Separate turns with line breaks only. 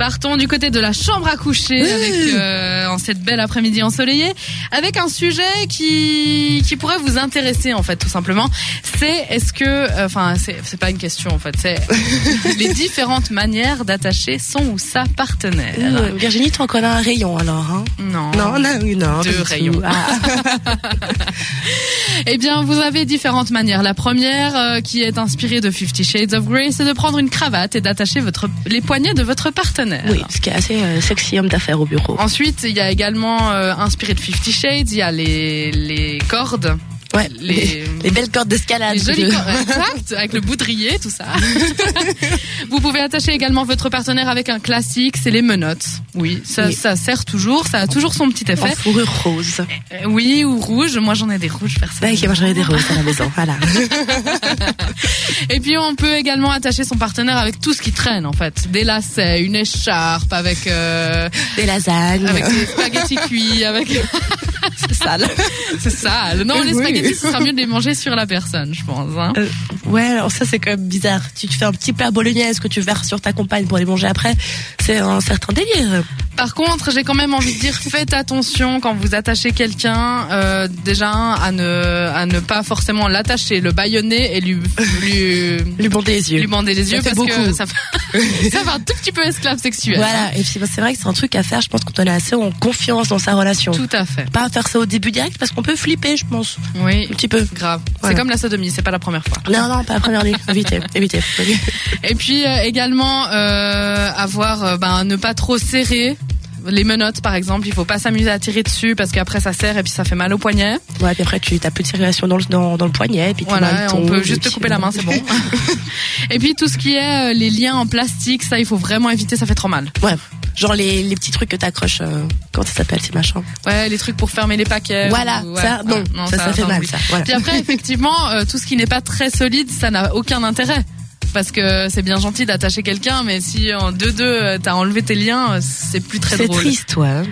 partons du côté de la chambre à coucher avec, euh, en cette belle après-midi ensoleillée avec un sujet qui, qui pourrait vous intéresser en fait tout simplement. C'est est-ce que, euh, enfin c'est c'est pas une question en fait, c'est les différentes manières d'attacher son ou sa partenaire.
Euh, Virginie, toi encore là un rayon alors. Hein
Non.
Non, là, oui, non.
Deux
pas du tout.
rayons.
Ah,
Eh bien, vous avez différentes manières. La première, euh, qui est inspirée de Fifty Shades of Grey, c'est de prendre une cravate et d'attacher votre, les poignets de votre partenaire.
oui, ce qui est assez euh, sexy homme d'affaires au bureau.
Ensuite, il y a également, euh, inspiré de Fifty Shades, il y a les, les cordes.
Ouais,
les-
Oh, les, les belles cordes d'escalade.
Les jolies
je-
cordes, exact, avec le boudrier, tout ça. vous pouvez attacher également votre partenaire avec un classique, c'est les menottes. Oui, ça,
Oui.
ça sert toujours, ça a toujours son petit
En
effet.
fourrure rose.
Euh, Oui, ou rouge, moi j'en ai des rouges
Bah,
personnellement.
qui mangerait des roses à la maison. Voilà.
Et puis on peut également attacher son partenaire avec tout ce qui traîne en fait. Des lacets, une écharpe, avec, euh,
Des lasagnes.
avec des spaghettis cuits, avec...
C'est sale.
C'est ça. Non, les
Oui.
spaghettis, ce sera mieux de les manger sur la personne, je pense. hein.
Euh, ouais, alors ça c'est quand même bizarre. Tu te fais un petit plat bolognaise que tu verses sur ta compagne pour les manger après, c'est un certain délire.
Par contre, j'ai quand même envie de dire, faites attention quand vous attachez quelqu'un. euh, déjà, un, à ne, à ne pas forcément l'attacher, le baïonner et lui, lui,
Lui bander les yeux.
lui bander les
Ça
yeux
fait
parce que
beaucoup.
ça fait, ça fait un tout petit peu esclave sexuel.
Voilà, et puis bah, c'est vrai que c'est un truc à faire, je pense, quand on est assez en confiance dans sa relation.
Tout à fait.
Pas faire ça au début direct parce qu'on peut flipper, je pense,
Oui.
un petit peu.
Grave.
Voilà.
C'est comme la sodomie, c'est pas la première fois.
Non, non, pas la première nuit. Évitez, évitez.
Et puis euh, également euh, avoir euh, ben, ne pas trop serrer les menottes par exemple, il faut pas s'amuser à tirer dessus parce qu'après ça serre et puis ça fait mal au poignet.
Ouais, puis après, tu as plus de circulation dans le, dans, dans le poignet, et puis t'es mal,
Voilà, on
ton- euh.
peut juste te
puis-
couper la main, c'est bon. et puis tout ce qui est euh, les liens en plastique, ça il faut vraiment éviter, ça fait trop mal.
Ouais. Genre les, les petits trucs que t'accroches, euh, comment ça s'appelle ces machins
Ouais, les trucs pour fermer les paquets.
Voilà,
ou- Euh, ouais, Ah,
ça, non,
ouais,
ça, ça, fait mal,
oui.
ça. Voilà.
Puis après effectivement, euh, tout ce qui n'est pas très solide, ça n'a aucun intérêt. Parce que c'est bien gentil d'attacher quelqu'un, mais si en 2-2, euh, t'as enlevé tes liens, euh, c'est plus très
C'est
drôle.
triste, toi. hein.